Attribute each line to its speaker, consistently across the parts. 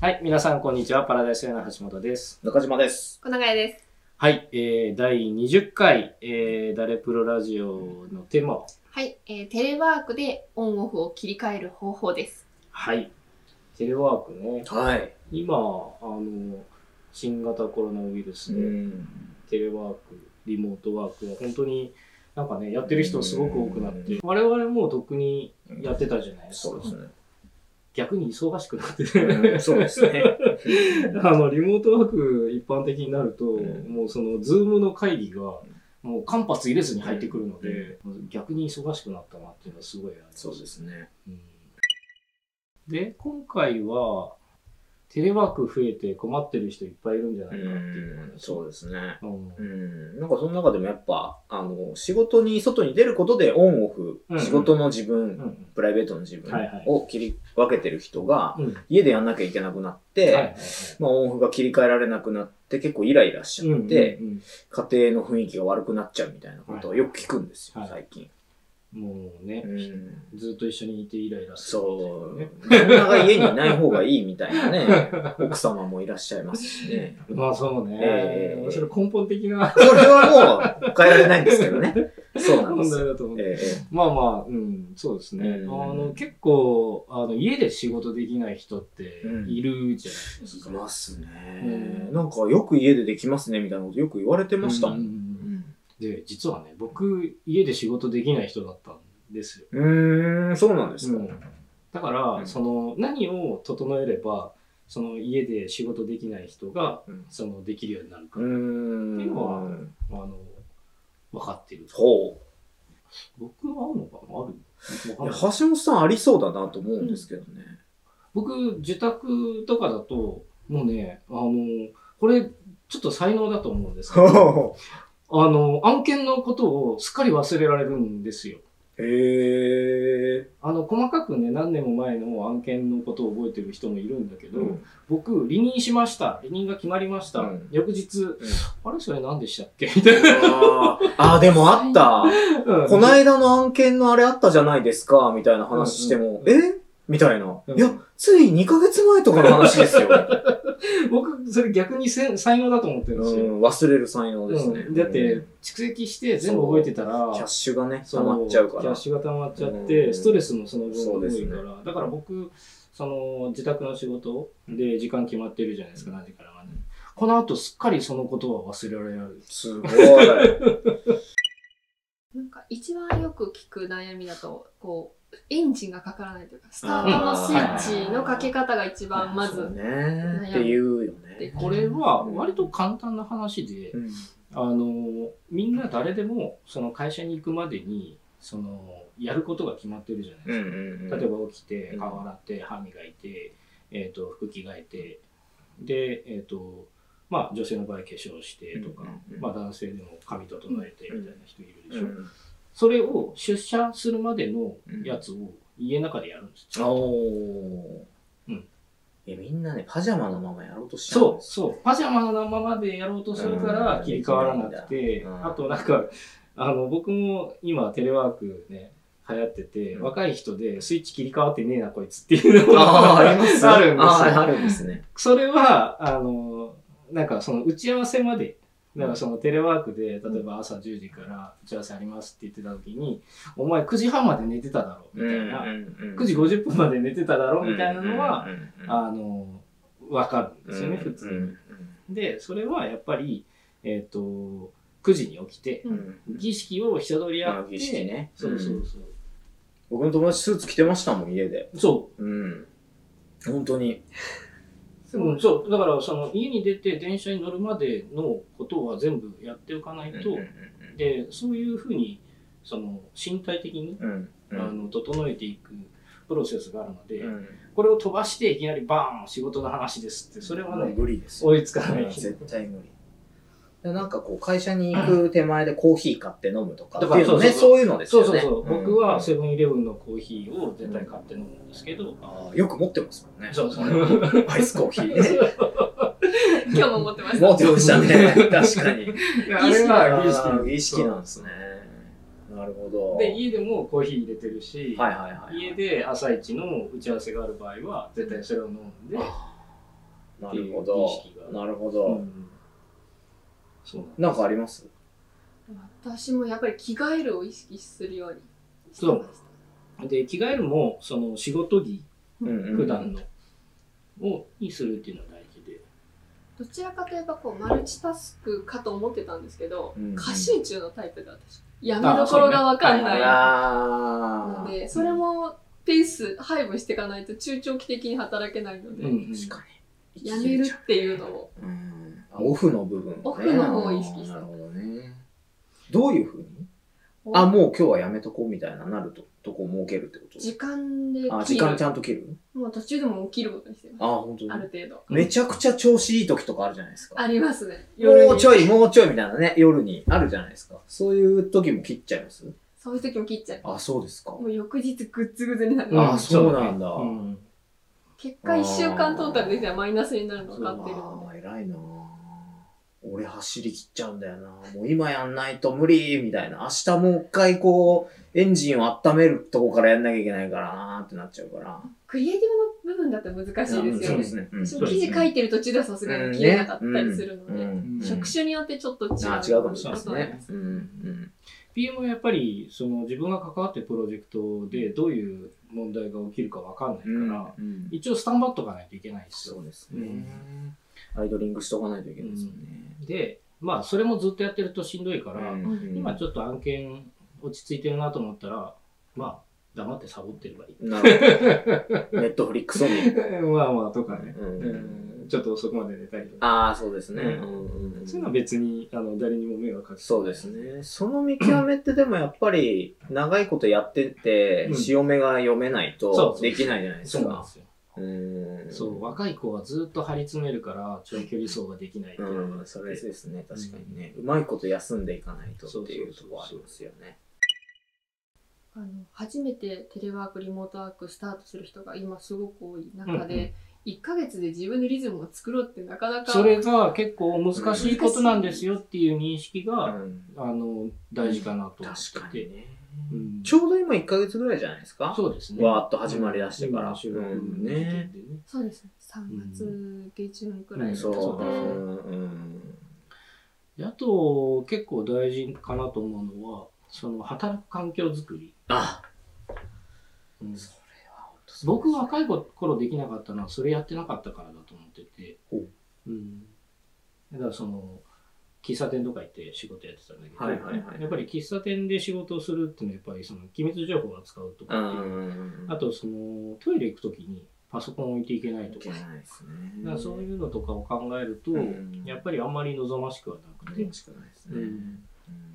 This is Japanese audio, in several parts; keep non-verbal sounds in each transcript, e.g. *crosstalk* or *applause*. Speaker 1: はい、皆さんこんにちは。パラダイス屋の橋本です。
Speaker 2: 中島です。
Speaker 3: 小永です。
Speaker 1: はい、えー、第20回、えー、ダレプロラジオのテーマを、
Speaker 3: はい、えーテレワークでオンオフを切り替える方法です。
Speaker 1: はい、テレワークね。
Speaker 2: はい。
Speaker 1: 今、あの、新型コロナウイルスで、テレワーク、リモートワークは本当になんかね、やってる人すごく多くなって、我々もうとっくにやってたじゃないです
Speaker 2: そ
Speaker 1: か
Speaker 2: う。ですね。
Speaker 1: 逆に忙しくなって
Speaker 2: うん
Speaker 1: ね。
Speaker 2: そうで
Speaker 1: *laughs*
Speaker 2: すね。
Speaker 1: あの、リモートワーク一般的になると、
Speaker 2: うん
Speaker 1: もうその、ズームの会議が、もう間髪入れずに入ってくるので、逆に忙しくなったなっていうのはすごいあります。
Speaker 2: そうですね。
Speaker 1: うんで、今回は、テレワーク増えて困ってる人いっぱいいるんじゃな
Speaker 2: う
Speaker 1: いかっていう話
Speaker 2: ん、そうですね。
Speaker 1: うん
Speaker 2: うん、なんかその中でもやっぱ、あの、仕事に、外に出ることでオンオフ、
Speaker 1: うん
Speaker 2: 仕事の自
Speaker 1: う
Speaker 2: 分、
Speaker 1: ん
Speaker 2: プライベートの自分
Speaker 1: はいはい
Speaker 2: を切り分けてる人が、
Speaker 1: うん
Speaker 2: 家でやんなきゃいけなくなっ
Speaker 1: は
Speaker 2: て、
Speaker 1: いはいはい
Speaker 2: まあオンオフが切り替えられなくなって、結構イライラしちゃって、
Speaker 1: うんうん
Speaker 2: 家庭の雰囲気が悪くなっちゃうみたいなことをよく聞くんですよ、
Speaker 1: はい
Speaker 2: 最近。
Speaker 1: うんもうね、
Speaker 2: うん
Speaker 1: ずっと一緒にいてイライラするみたいなね。。
Speaker 2: そう旦那が家にいない方がいいみたい
Speaker 1: *laughs*
Speaker 2: なね、奥様もいらっしゃいますしね。
Speaker 1: まあそうね、
Speaker 2: ええ
Speaker 1: それ根本的な
Speaker 2: これはもう変えられないんですけどね。そうなんで
Speaker 1: 問
Speaker 2: す
Speaker 1: 題
Speaker 2: よ。
Speaker 1: だと思うんだけど
Speaker 2: ええ
Speaker 1: まあまあ、うん、そうですね。
Speaker 2: うん
Speaker 1: あの結構あの、家で仕事できない人って
Speaker 2: うん
Speaker 1: いるじゃない
Speaker 2: え
Speaker 1: で
Speaker 2: え
Speaker 1: す
Speaker 2: い
Speaker 1: か。
Speaker 2: ます
Speaker 1: う
Speaker 2: ね。
Speaker 1: ん
Speaker 2: なんかよく家でできますねみたいなことよく言われてましたも
Speaker 1: うん
Speaker 2: ん。
Speaker 1: で、実はね、僕、家で仕事できない人だったんですよ。
Speaker 2: うーん、そうなんですか
Speaker 1: う。んだから、
Speaker 2: うん
Speaker 1: その何を整えれば、その家で仕事できない人が、
Speaker 2: うん
Speaker 1: そのできるようになるか
Speaker 2: うー、ん。
Speaker 1: っていうのはあの分かってる。
Speaker 2: ほう。
Speaker 1: 僕はあるのかなある
Speaker 2: い
Speaker 1: わ
Speaker 2: や
Speaker 1: かんない
Speaker 2: 橋本さんありそうだなと思うんですけどね。
Speaker 1: 僕、自宅とかだと、もうね、あの、これ、ちょっと才能だと思うんですけ
Speaker 2: *laughs*
Speaker 1: ど、
Speaker 2: ほ
Speaker 1: あの、案件のことをすっかり忘れられるんですよ。
Speaker 2: うへえ。
Speaker 1: あの、細かくね、何年も前の案件のことを覚えてる人もいるんだけど、
Speaker 2: うん
Speaker 1: 僕、離任しました。離任が決まりました。
Speaker 2: うん
Speaker 1: 翌日、あれそれ何でしたっけみたいな。
Speaker 2: あーあー、でもあった。この
Speaker 1: い
Speaker 2: 間の案件のあれあったじゃないですか、みたいな話しても、
Speaker 1: うんうん
Speaker 2: えみたいな。
Speaker 1: うん
Speaker 2: いや、つい2ヶ月前とかの話で
Speaker 1: *laughs*
Speaker 2: すよ。
Speaker 1: *laughs* 僕、それ逆にせん才能だと思ってるん
Speaker 2: う
Speaker 1: ですよ。
Speaker 2: ん、忘れる才能ですね。
Speaker 1: うんだって
Speaker 2: うん、
Speaker 1: 蓄積して全部覚えてたら、
Speaker 2: キャッシュがね、
Speaker 1: そ
Speaker 2: 溜
Speaker 1: の
Speaker 2: まっちゃうか
Speaker 1: キャ
Speaker 2: ら
Speaker 1: ッ。シュが溜まっちゃって、
Speaker 2: うん
Speaker 1: ストレスもその分多
Speaker 2: そう
Speaker 1: い
Speaker 2: で
Speaker 1: か
Speaker 2: す
Speaker 1: ら、だから僕その自宅の仕事で時間決まってるじゃないですか、何時から何時この後すっかりそのことは忘れられる
Speaker 2: す
Speaker 1: *laughs*
Speaker 2: ごい。
Speaker 3: なんか一番よく聞く悩みだと、こう、エンジンがかからないというか、スタートのスイッチのかけ方が一番ま
Speaker 2: そう
Speaker 3: ず、
Speaker 2: ね。っていうよね。
Speaker 1: これは割と簡単な話で、
Speaker 2: うん、
Speaker 1: あのみんな誰でもその会社に行くまでにそのやることが決まってるじゃないですか
Speaker 2: うんうんうん。
Speaker 1: 例えば起きて
Speaker 2: うん
Speaker 1: 顔洗って歯磨いて、えー、と服着替えてでえっ、とまあ女性の場合化粧してとか、
Speaker 2: うん
Speaker 1: まあ、男性でも髪整えてみたいな人いるでしょ、
Speaker 2: うん
Speaker 1: それを出社するまでのやつを家の中でやるんですよ、
Speaker 2: おー
Speaker 1: うん
Speaker 2: え、みんなね、パジャマのままやろうとしちゃうん
Speaker 1: そう
Speaker 2: です
Speaker 1: そうパジャマのままでやろうとするから
Speaker 2: うん
Speaker 1: 切り替わらなくて、
Speaker 2: うん
Speaker 1: あとなんかあの僕も今テレワークね流行ってて、
Speaker 2: うん
Speaker 1: 若い人でスイッチ切り替わってねえなこいつっていうのが
Speaker 2: *laughs* あーあります
Speaker 1: あるんですよ
Speaker 2: あーあるんですね。
Speaker 1: それは、あの、なんかその打ち合わせまで、なんかそのテレワークで、例えば朝10時から打ち合わせありますって言ってた時に、お前9時半まで寝てただろ、みたいな、9
Speaker 2: 9
Speaker 1: 時50分まで寝てただろ、みたいなのは、
Speaker 2: うんうんうん、
Speaker 1: あの、わかるんですよね、
Speaker 2: うん
Speaker 1: 普通
Speaker 2: う
Speaker 1: に
Speaker 2: ん。
Speaker 1: で、それはやっぱり、えっ、と、9時に起きて、
Speaker 2: うん
Speaker 1: 儀式を人通りや
Speaker 2: あ
Speaker 1: って、
Speaker 2: 儀式ね。
Speaker 1: そうそうそう。
Speaker 2: 僕の友達スーツ着てましたもん、家で。
Speaker 1: そう、
Speaker 2: うん。本当に。
Speaker 1: うん、そうだからその家に出て電車に乗るまでのことは全部やっておかないと、でそういうふうにその身体的に、
Speaker 2: うん。うん。
Speaker 1: あの整えていくプロセスがあるので、
Speaker 2: うん
Speaker 1: これを飛ばしていきなりバーン仕事の話ですってそれは
Speaker 2: もう
Speaker 1: ね、
Speaker 2: 無理ですよ。
Speaker 1: 追いつかない、
Speaker 2: 絶対無理。でなんかこう、会社に行く手前でコーヒー買って飲むとか。
Speaker 1: だ
Speaker 2: っ
Speaker 1: か
Speaker 2: て
Speaker 1: ら
Speaker 2: いうの
Speaker 1: そ
Speaker 2: ね、
Speaker 1: う
Speaker 2: そういうのです
Speaker 1: そう
Speaker 2: よ
Speaker 1: そう
Speaker 2: ね。
Speaker 1: そう、
Speaker 2: ん
Speaker 1: 僕はセブンイレブンのコーヒーを絶対買って飲むんですけど、
Speaker 2: あーよく持ってますもんね。
Speaker 1: そうそう
Speaker 2: アイスコーヒ
Speaker 1: *laughs*
Speaker 2: ーね。
Speaker 3: 今日も持ってました。
Speaker 2: 持ってましたね。確かに。
Speaker 1: あれは
Speaker 2: あー
Speaker 1: 儀
Speaker 2: 儀
Speaker 1: 式
Speaker 2: 式なんですね。なるほど。
Speaker 1: で家でもコーヒー入れてるし、
Speaker 2: はいはいはい。
Speaker 1: 家で朝一の打ち合わせがある場合は絶対それを飲んで
Speaker 2: あな
Speaker 1: てい
Speaker 2: る
Speaker 1: う
Speaker 2: ほ
Speaker 1: 意
Speaker 2: ど
Speaker 1: 識が。
Speaker 2: なるほ
Speaker 1: う
Speaker 2: ど。
Speaker 1: んそうなん
Speaker 2: なんかあります
Speaker 3: 私もやっぱり着替えるを意識するようにしてました。
Speaker 1: で着替えるもその仕事着
Speaker 2: うんうん
Speaker 1: 普段のをにするっていうのは大事で、
Speaker 3: どちらかといえばこうマルチタスクかと思ってたんですけど、
Speaker 2: うん
Speaker 3: 過集中のタイプで私やめどころが分かん
Speaker 1: は
Speaker 3: ない
Speaker 2: あ
Speaker 3: の
Speaker 2: ら
Speaker 3: で、それもペース配分していかないと中長期的に働けないので、
Speaker 2: 確かに。
Speaker 3: やめるっていうのを
Speaker 2: うんあオフの部分ね、
Speaker 3: オフの方を意識して
Speaker 2: なるほどね。どういうふうにあ、もう今日はやめとこうみたいななると、とこを設けるってこと
Speaker 3: 時間で
Speaker 2: あ、
Speaker 3: 切
Speaker 2: 時
Speaker 3: る
Speaker 2: 間ちゃんと切る
Speaker 3: もう途中でも起きることにして
Speaker 2: あ、
Speaker 3: ま
Speaker 2: 本当
Speaker 3: すある
Speaker 2: に。
Speaker 3: 程度
Speaker 2: めちゃくちゃ調子いい時とかあるじゃないですか。
Speaker 3: ありますね
Speaker 2: もうちょ
Speaker 3: い
Speaker 2: い、もうちょいみたいなね、夜にあるじゃないですか。そういう時も切っちゃいます
Speaker 3: そういう時も切っちゃう
Speaker 2: あ、そうですか。
Speaker 3: もう翌日グッズグズになる、
Speaker 2: あ
Speaker 1: ん
Speaker 2: そうなんだ
Speaker 1: そうね
Speaker 3: 結果1週間トータルでじゃマイナスになるの分かってるの
Speaker 2: ああ、偉いな俺走り切っちゃうんだよなもう今やんないと無理みたいな。明日もう一回こう、エンジンを温めるとこからやんなきゃいけないからなーってなっちゃうから。
Speaker 3: でクリエイティブの部分だと難しいです
Speaker 2: そうで
Speaker 3: よね
Speaker 2: すね。うん
Speaker 3: 私も記事書いてる途中ではさすがに切れなかったりするので、
Speaker 2: うん
Speaker 1: うん
Speaker 3: 職種によってちょっと違う
Speaker 2: うんあ違うかもしれないです
Speaker 3: そうなん
Speaker 2: ね
Speaker 3: で。す
Speaker 2: うんうん。
Speaker 1: PM はやっぱりその自分が関わってるプロジェクトでどういう問題が起きるか分かんないから、
Speaker 2: うん
Speaker 1: 一応スタンバっとかないといけないんですよ
Speaker 2: そうですね。アイドリングしとかないといけないですよね。
Speaker 1: でまあそれもずっとやってるとしんどいから、
Speaker 2: うん
Speaker 1: 今ちょっと案件落ち着いてるなと思ったらまあ黙ってサボってればいい
Speaker 2: なる *laughs* ほど。ネットフリックスオンリー。
Speaker 1: まあまあとかね、
Speaker 2: う
Speaker 1: うんん、ちょっと遅くまで寝たりとか
Speaker 2: ああ、そうですね。
Speaker 1: うん
Speaker 2: うんうん
Speaker 1: そういうのは別にあの誰にも迷惑かけて
Speaker 2: そうですね。その見極めってでもやっぱり長いことやってて
Speaker 1: うん、
Speaker 2: 潮目が読めない
Speaker 1: そう
Speaker 2: と
Speaker 1: そう
Speaker 2: できないじゃないです
Speaker 1: そうなんで
Speaker 2: か。
Speaker 1: すよ
Speaker 2: うん。
Speaker 1: そう若い子はずっと張り詰めるから長距離走ができないっていうのがあっ
Speaker 2: うん、
Speaker 1: て
Speaker 2: それですね。確かにね。うまいこと休んでいかないとっていうところありますよね。
Speaker 3: あの初めてテレワークリモートワークスタートする人が今すごく多い中
Speaker 1: うんう
Speaker 3: で、一1ヶ月で自分のリズムを作ろうってなかなか
Speaker 1: それが結構難しいことなんですよっていう認識が、あの大事かなと思って
Speaker 2: 確か
Speaker 1: て
Speaker 2: にね。
Speaker 1: うん
Speaker 2: ちょうど今1ヶ月ぐらいじゃないですか。
Speaker 1: そうですね
Speaker 2: わーっと始まりだしてから
Speaker 1: うん収録
Speaker 2: うん
Speaker 1: の時点でね
Speaker 3: そうですね3月下旬く
Speaker 1: う
Speaker 3: らい
Speaker 1: ん
Speaker 3: の
Speaker 2: そう
Speaker 3: とこ
Speaker 1: だね
Speaker 3: で
Speaker 2: う。うん。
Speaker 1: であと結構大事かなと思うのはその働く環境づくり、
Speaker 2: あ、
Speaker 1: うん
Speaker 2: それは本当そう
Speaker 1: 僕が若い頃できなかったのはそれやってなかったからだと思ってて
Speaker 2: ほう、
Speaker 1: うん、だからその喫茶店とか行って仕事やってたんだけど、
Speaker 2: はいはいはい
Speaker 1: やっぱり喫茶店で仕事をするっていうのはやっぱりその機密情報を扱うと
Speaker 2: う
Speaker 1: かっていう、
Speaker 2: ん。
Speaker 1: あとそのトイレ行く時にパソコン置いていけない
Speaker 2: い
Speaker 1: と
Speaker 2: け
Speaker 1: か
Speaker 2: ないですね。
Speaker 1: だからそういうのとかを考えると、
Speaker 2: うん
Speaker 1: やっぱりあんまり望ましくはなくて、
Speaker 2: 楽しくないですね。うん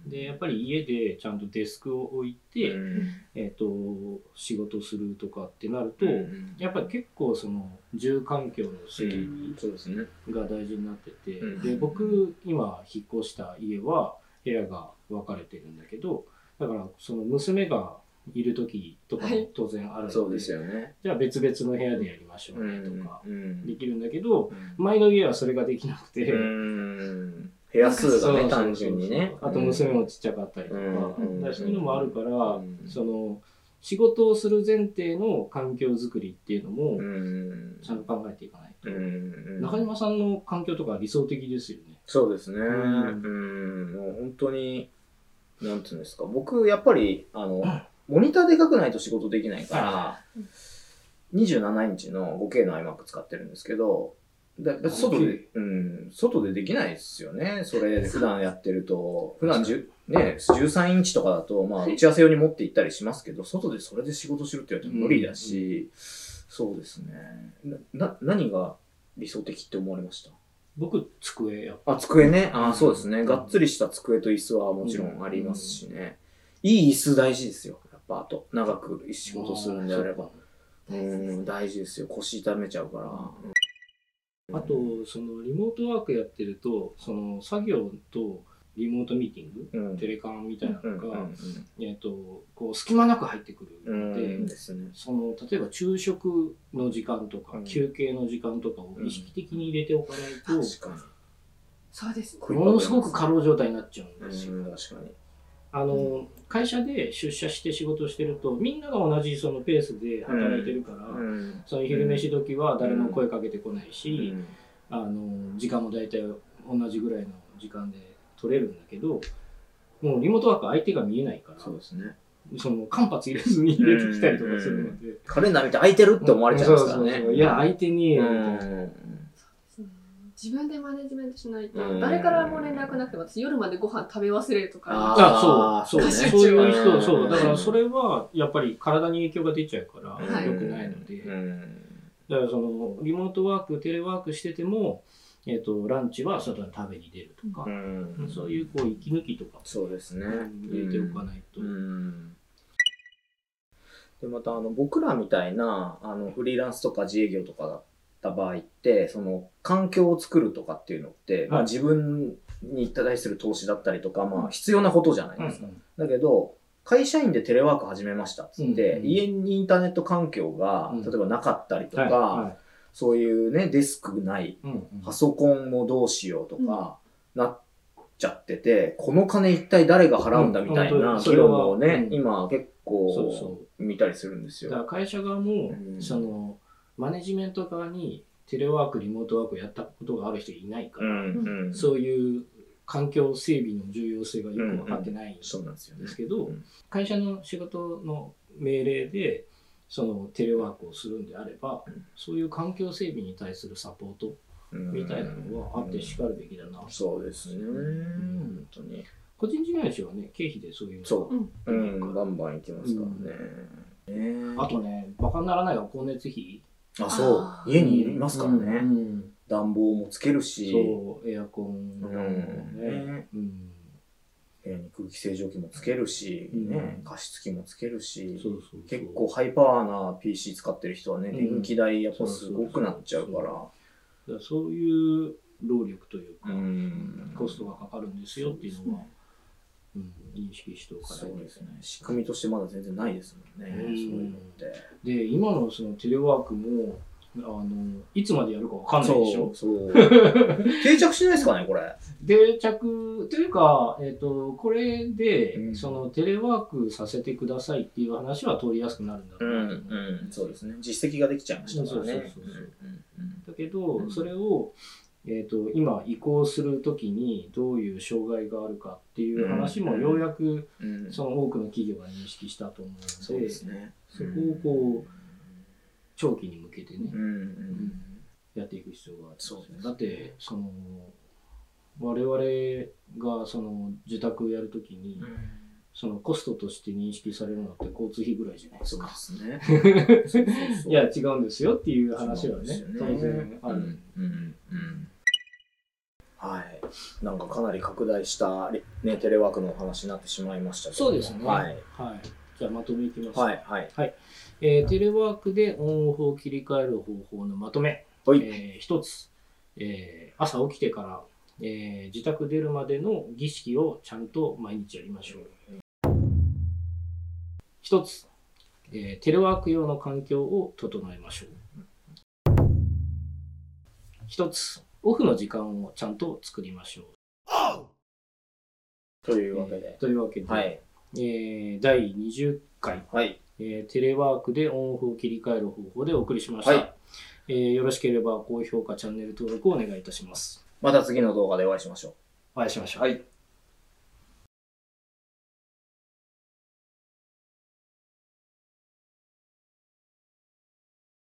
Speaker 1: でやっぱり家でちゃんとデスクを置いて、
Speaker 2: うん
Speaker 1: えっと仕事するとかってなると、
Speaker 2: うん
Speaker 1: やっぱり結構その住環境の整備
Speaker 2: そうですね。
Speaker 1: が大事になってて、
Speaker 2: うん
Speaker 1: で僕今引っ越した家は部屋が分かれてるんだけどだからその娘がいる時とかも当然あるので,、
Speaker 2: そうですよね。
Speaker 1: じゃあ別々の部屋でやりましょうねとか
Speaker 2: うん
Speaker 1: できるんだけど、
Speaker 2: うん
Speaker 1: 前の家はそれができなくて、
Speaker 2: うん部屋数が
Speaker 1: そうそうそうそ
Speaker 2: ね、
Speaker 1: う
Speaker 2: 単純にね。
Speaker 1: あと娘もちっちゃかったりとか,、
Speaker 2: うん
Speaker 1: だからそういうのもあるから、
Speaker 2: うん
Speaker 1: その仕事をする前提の環境づくりっていうのも
Speaker 2: うん。
Speaker 1: ちゃんと考えていかないと、
Speaker 2: うん
Speaker 1: 中島さんの環境とか理想的ですよね。
Speaker 2: そうですね。うんん。もう本当に、なんていうんですか。僕、やっぱり、あ *laughs* の、モニターでかくないと仕事できないから、27インチの 5K の iMac 使ってるんですけど、だだ外で、うん、外でできないですよね。それ、普段やってると、普段10ね、13インチとかだと、まあ、打ち合わせ用に持って行ったりしますけど、外でそれで仕事しろって言われても無理だし、そうですね。な、な何が理想的って思われました
Speaker 1: 僕机やっ
Speaker 2: あ、机ね。あ
Speaker 1: うん
Speaker 2: ーそうですね。がっつりした机と椅子はもちろんありますしね。いい椅子大事ですよ。やっぱ、あと、長く仕事するんであれば。う
Speaker 3: そうか
Speaker 2: ん、大事ですよ。腰痛めちゃうから。
Speaker 1: あとそのリモートワークやってるとその作業とリモートミーティング、
Speaker 2: うん、
Speaker 1: テレカンみたいな
Speaker 2: うん、う
Speaker 1: のが、
Speaker 2: ん
Speaker 1: えっとこう隙間なく入ってくる
Speaker 2: う
Speaker 1: の
Speaker 2: ん、
Speaker 1: で、
Speaker 2: うんですね。
Speaker 1: その例えば昼食の時間とか、
Speaker 2: うん
Speaker 1: 休憩の時間とかを意識的に入れておかないと、
Speaker 2: 確か
Speaker 3: そうですね
Speaker 2: に。
Speaker 1: ものすごく過労状態になっちゃうん
Speaker 2: う
Speaker 1: ですよ。
Speaker 2: ん、確かに。
Speaker 1: あの会社で出社して仕事をしてるとみんなが同じそのペースで働いてるから、
Speaker 2: うん。
Speaker 1: その昼飯時は誰も声かけてこないし、
Speaker 2: うん
Speaker 1: あの時間も大体同じぐらいの時間で取れるんだけどもうリモートワークは相手が見えないから
Speaker 2: そうですね。
Speaker 1: その間髪入れずに入れてきたりとかするので。
Speaker 2: カレンダー見て空いてるって思われちゃいますから
Speaker 1: そ
Speaker 2: ね
Speaker 1: そ。そういや、相手に、
Speaker 2: う
Speaker 1: み
Speaker 2: ん
Speaker 1: たいな
Speaker 3: ですね自分でマネジメントしないと、
Speaker 2: うん
Speaker 3: 誰からも連絡なくても、私夜までご飯食べ忘れるとか、
Speaker 2: あ
Speaker 1: あ
Speaker 2: ー
Speaker 1: そう、そう、ね、
Speaker 3: 過集
Speaker 1: そう
Speaker 3: 中
Speaker 1: いう人、
Speaker 2: うん
Speaker 1: そう、だからそれはやっぱり体に影響が出ちゃうから、
Speaker 3: はい
Speaker 1: 良くないので、
Speaker 2: うん
Speaker 1: だからその、リモートワーク、テレワークしてても、えっ、と、ランチは外に食べに出るとか
Speaker 2: う、ん
Speaker 1: そういうこう、息抜きとか、
Speaker 2: そうですね。
Speaker 1: 入れておかないと。
Speaker 2: うんでまたあの僕らみたいなあのフリーランスとか自営業とかだった場合ってその環境を作るとかっていうのって、まあ、
Speaker 1: はい
Speaker 2: 自分に対する投資だったりとか、まあ、必要なことじゃないですか。
Speaker 1: うん
Speaker 2: だけど会社員でテレワーク始めましたっつって、
Speaker 1: うん
Speaker 2: 家にインターネット環境が、
Speaker 1: うん
Speaker 2: 例えばなかったりとか、
Speaker 1: はいは
Speaker 2: そういうねデスクない
Speaker 1: いうんうん
Speaker 2: パソコンもどうしようとか、なっちゃってて、この金一体誰が払うんだみたい
Speaker 1: うん本当
Speaker 2: な
Speaker 1: に
Speaker 2: 議論を
Speaker 1: それは
Speaker 2: ね
Speaker 1: う、ん
Speaker 2: 今結
Speaker 1: そう
Speaker 2: 構
Speaker 1: そ
Speaker 2: 見たりするんです
Speaker 1: う。だか
Speaker 2: よ。
Speaker 1: ら会社側も、
Speaker 2: うん
Speaker 1: その、マネジメント側にテレワーク、リモートワークやったことがある人いないから、
Speaker 2: んん
Speaker 1: そういう環境整備の重要性がよく分かってないんで
Speaker 2: そうなんですよね。
Speaker 1: すけど、
Speaker 2: うん
Speaker 1: 会社の仕事の命令でそのテレワークをするんであれば、
Speaker 2: うん
Speaker 1: そういう環境整備に対するサポートみたいなのはあってしかるべきだな、
Speaker 2: そうですね。
Speaker 1: ん
Speaker 2: 本当に。
Speaker 1: 個人事業主はね経費でそういうの
Speaker 2: そう
Speaker 3: うん
Speaker 2: う。ん、バンバンいきますからね。ね
Speaker 1: あとねバカにならないが光熱費
Speaker 2: あ、そう。家にいますから
Speaker 1: う
Speaker 2: ね。
Speaker 1: ん
Speaker 2: 暖房もつけるし、
Speaker 1: そうエアコン
Speaker 2: うん
Speaker 1: ね
Speaker 2: ね
Speaker 1: うん
Speaker 2: 部屋に空気清浄機もつけるし、
Speaker 1: うん
Speaker 2: ね、加湿器もつけるし、
Speaker 1: そうそうそう
Speaker 2: 結構ハイパワーな PC 使ってる人はね、
Speaker 1: うん
Speaker 2: 電気代やっぱすごくなっちゃうか
Speaker 1: だ
Speaker 2: ら。
Speaker 1: からそういう労力というか、
Speaker 2: ん
Speaker 1: コストがかかるんですよっていうのは、うん、認識しておかないと
Speaker 2: そうですね。仕組みとしてまだ全然ないですもんね。
Speaker 1: うん
Speaker 2: そういうのって。
Speaker 1: で今のそのテレワークもあのいつまでやるかわかんないでし
Speaker 2: そ
Speaker 1: ょ
Speaker 2: う、そう。定着しないですかね、これ。
Speaker 1: 定着というか、えっとこれで、
Speaker 2: うん
Speaker 1: そのテレワークさせてくださいっていう話は通りやすくなるんだろうなと思う
Speaker 2: そうですね。実績ができちゃいましたからね。
Speaker 1: そうそうそう
Speaker 2: うんうん
Speaker 1: だけどそれを、えっと今移行するときにどういう障害があるかっていう話も
Speaker 2: うん
Speaker 1: ようやく
Speaker 2: うんうん
Speaker 1: その多くの企業が認識したと思うので
Speaker 2: そうですね。
Speaker 1: そこをこ長期に向けてね、
Speaker 2: うんうん
Speaker 1: やっていく必要があるんですよね
Speaker 2: そうです
Speaker 1: だってその我々がその自宅やるときに、
Speaker 2: うん
Speaker 1: そのコストとして認識されるのって交通費ぐらいじゃないです
Speaker 2: そうで
Speaker 1: か。
Speaker 2: す
Speaker 1: *laughs*
Speaker 2: ね。そうそうそう
Speaker 1: いや違うんですよっていう話はね
Speaker 2: そう
Speaker 1: 当
Speaker 2: なんですよ
Speaker 1: 然ある、
Speaker 2: うんうんうんはい。なんかかなり拡大した、ね、テレワークのお話になってしまいましたけど
Speaker 1: そうですね
Speaker 2: はい。
Speaker 1: はい、じゃあまとめいきます、
Speaker 2: はい、はい。
Speaker 1: えーテレワークでオンオフを切り替える方法のまとめ、
Speaker 2: ほい。
Speaker 1: えー一つ、えー朝起きてから、えー自宅出るまでの儀式をちゃんと毎日やりましょう一つ、えーテレワーク用の環境を整えましょう一つオフの時間をちゃんと作りましょう
Speaker 2: というわけ
Speaker 1: え
Speaker 2: で
Speaker 1: ー。というわけで、
Speaker 2: はい。
Speaker 1: えー第20回、
Speaker 2: はい。
Speaker 1: えーテレワークでオンオフを切り替える方法でお送りしました、
Speaker 2: はい
Speaker 1: えーよろしければ高評価チャンネル登録をお願いいたします
Speaker 2: また次の動画でお会いしましょ
Speaker 1: お会いしましょう
Speaker 2: う。はい。